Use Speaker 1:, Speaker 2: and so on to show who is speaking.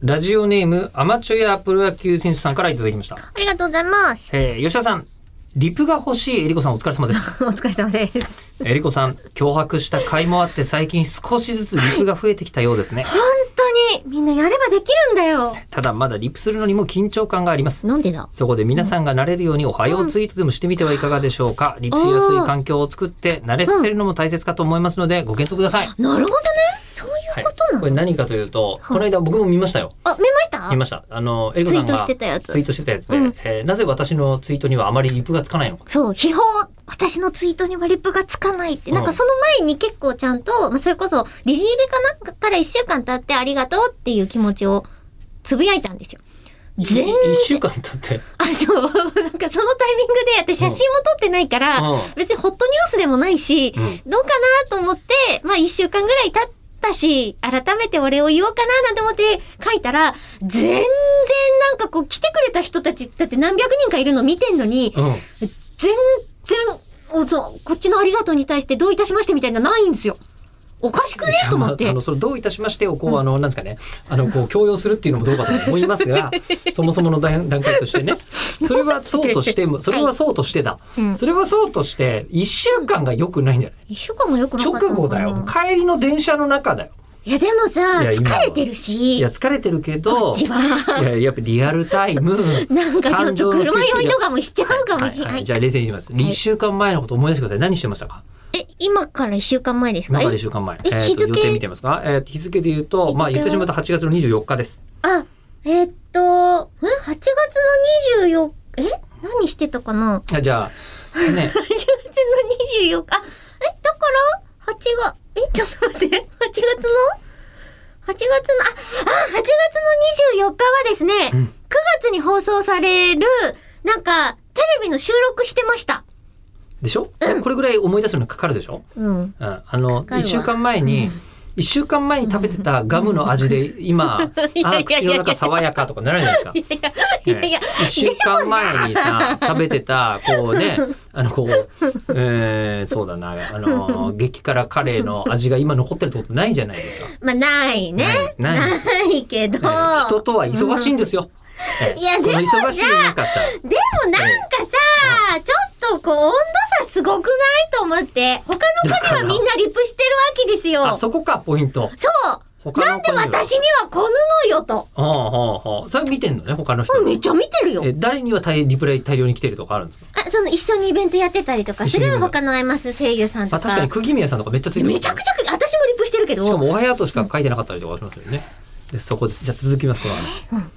Speaker 1: ラジオネームアマチュアプロ野球選手さんからいただきました。
Speaker 2: ありがとうございます。
Speaker 1: えー、吉田さん、リプが欲しいえりこさんお疲れ様です。
Speaker 2: お疲れ様です。
Speaker 1: えりこさん、脅迫した甲斐もあって最近少しずつリプが増えてきたよう ですね。
Speaker 2: 本当にみんなやればできるんだよ。
Speaker 1: ただまだリプするのにも緊張感があります。
Speaker 2: なんでだ
Speaker 1: そこで皆さんが慣れるようにおはようツイートでもしてみてはいかがでしょうか。リプしやすい環境を作って慣れさせるのも大切かと思いますのでご検討ください。
Speaker 2: なるほどね。そういうことなの、
Speaker 1: これ何かというと、この間僕も見ましたよ。
Speaker 2: あ、見ました
Speaker 1: 見ました。あの、えりこさんが
Speaker 2: ツイートしてたやつ
Speaker 1: ツイートしてたやつで、
Speaker 2: うん
Speaker 1: えーなぜ私のツイートにはあまりリプがつかないのか。
Speaker 2: そう、秘宝。私のツイートにはリプがつかないって。
Speaker 1: うん
Speaker 2: なんかその前に結構ちゃんと、まあ、それこそ、リリーベかなんかから一週間経ってありがとうっていう気持ちをつぶやいたんですよ。全然、
Speaker 1: 一週間経って。
Speaker 2: あ、そう、なんかそのタイミングで私写真も撮ってないから、
Speaker 1: うん
Speaker 2: 別にホットニュースでもないし、
Speaker 1: うん
Speaker 2: どうかなと思って、まあ一週間ぐらい経ったし、改めてお礼を言おうかななんて思って書いたら、全然なんかこう来てくれた人たちだって何百人かいるの見てんのに、
Speaker 1: うん。
Speaker 2: 全然、おそうこっちのありがとうに対してどういたしましてみたいなのないんですよ。おかしくね
Speaker 1: いや
Speaker 2: と思って。
Speaker 1: まあ、あのそれどういたしましてをこうあのなんですかねあのこう強要するっていうのもどうかと思います がそもそもの段段階としてねそれはそうとして もそれはそうとしてだ、
Speaker 2: うん
Speaker 1: それはそうとして1週間が良くないんじゃない
Speaker 2: 一週間もよくなかったのかな
Speaker 1: 直後だよ帰りの電車の中だよ
Speaker 2: いやでもさ、
Speaker 1: いや今は
Speaker 2: 疲れてる
Speaker 1: い
Speaker 2: し
Speaker 1: や、疲れてるけど
Speaker 2: 一番。
Speaker 1: いややっぱリアルタイム
Speaker 2: なんかちょっ
Speaker 1: 感情
Speaker 2: と
Speaker 1: の
Speaker 2: 車酔いと
Speaker 1: は
Speaker 2: かもしちゃうかもしれ
Speaker 1: い
Speaker 2: な。
Speaker 1: はいいじゃあ冷静に言います1週間前のこと思い出してください何してましたか
Speaker 2: え、今から一週間前です
Speaker 1: 今
Speaker 2: か
Speaker 1: から
Speaker 2: え
Speaker 1: 1週間前、
Speaker 2: え
Speaker 1: えー
Speaker 2: 日
Speaker 1: と
Speaker 2: 付
Speaker 1: 予定見てますか、えーと日付で言うと、まあ、
Speaker 2: 日付は
Speaker 1: 言ってしまった8月の24日です
Speaker 2: あ、えーっと、え ?8 月の24、え何してたかな
Speaker 1: あじゃあね
Speaker 2: ?8 月の24日、あ、え、だから、8が、え、ちょっと待って、8月の ?8 月の、あ、あ、8月の24日はですね、
Speaker 1: ん
Speaker 2: 9月に放送される、なんか、テレビの収録してました。
Speaker 1: でしょ、これぐらい思い出すのにかかるでしょ、
Speaker 2: うん。
Speaker 1: うん、あの
Speaker 2: かかる
Speaker 1: 1
Speaker 2: わ
Speaker 1: 週間前に、一週間前に食べてたガムの味で 今、あ
Speaker 2: いやいやいやいや
Speaker 1: ー口の中爽やかとかならないじゃないですか。
Speaker 2: いやいや
Speaker 1: ね一週間前にさ、食べてた、こうね、あの、こう、えーそうだな、あ のー、激辛カレーの味が今残ってるってことないじゃないですか。
Speaker 2: まあ、ないね。
Speaker 1: ないない
Speaker 2: ないけど。
Speaker 1: えー人とは忙しいんですよ。えー
Speaker 2: いやで
Speaker 1: こ
Speaker 2: も
Speaker 1: の忙しい中さ、
Speaker 2: でもなんかさ、ちょっとこう温度差すごくないと思って、他の子にはみんなリプしてるわけですよ。
Speaker 1: あ
Speaker 2: そ
Speaker 1: そこか、ポイント。
Speaker 2: う
Speaker 1: 他
Speaker 2: な
Speaker 1: の
Speaker 2: んで
Speaker 1: 子には
Speaker 2: 私にはこののよと。
Speaker 1: ほうほうほう。それ見てんのね、他の人
Speaker 2: めっちゃ見てるよ
Speaker 1: え。誰には大リプライ大量に来てるとかあるんですか、
Speaker 2: あ、その一緒にイベントやってたりとかす
Speaker 1: 一緒にイベ
Speaker 2: る
Speaker 1: ント
Speaker 2: 他のアイマス声優さ
Speaker 1: ま
Speaker 2: んと
Speaker 1: あ、確か
Speaker 2: か
Speaker 1: に。釘宮さんとかめっちゃついてる
Speaker 2: めちゃくちゃ、私もリプしてるけ
Speaker 1: しか
Speaker 2: ど、
Speaker 1: も「おはよう」としか書いてなかったりとかしますよねでそこですじゃあ続きますこの話、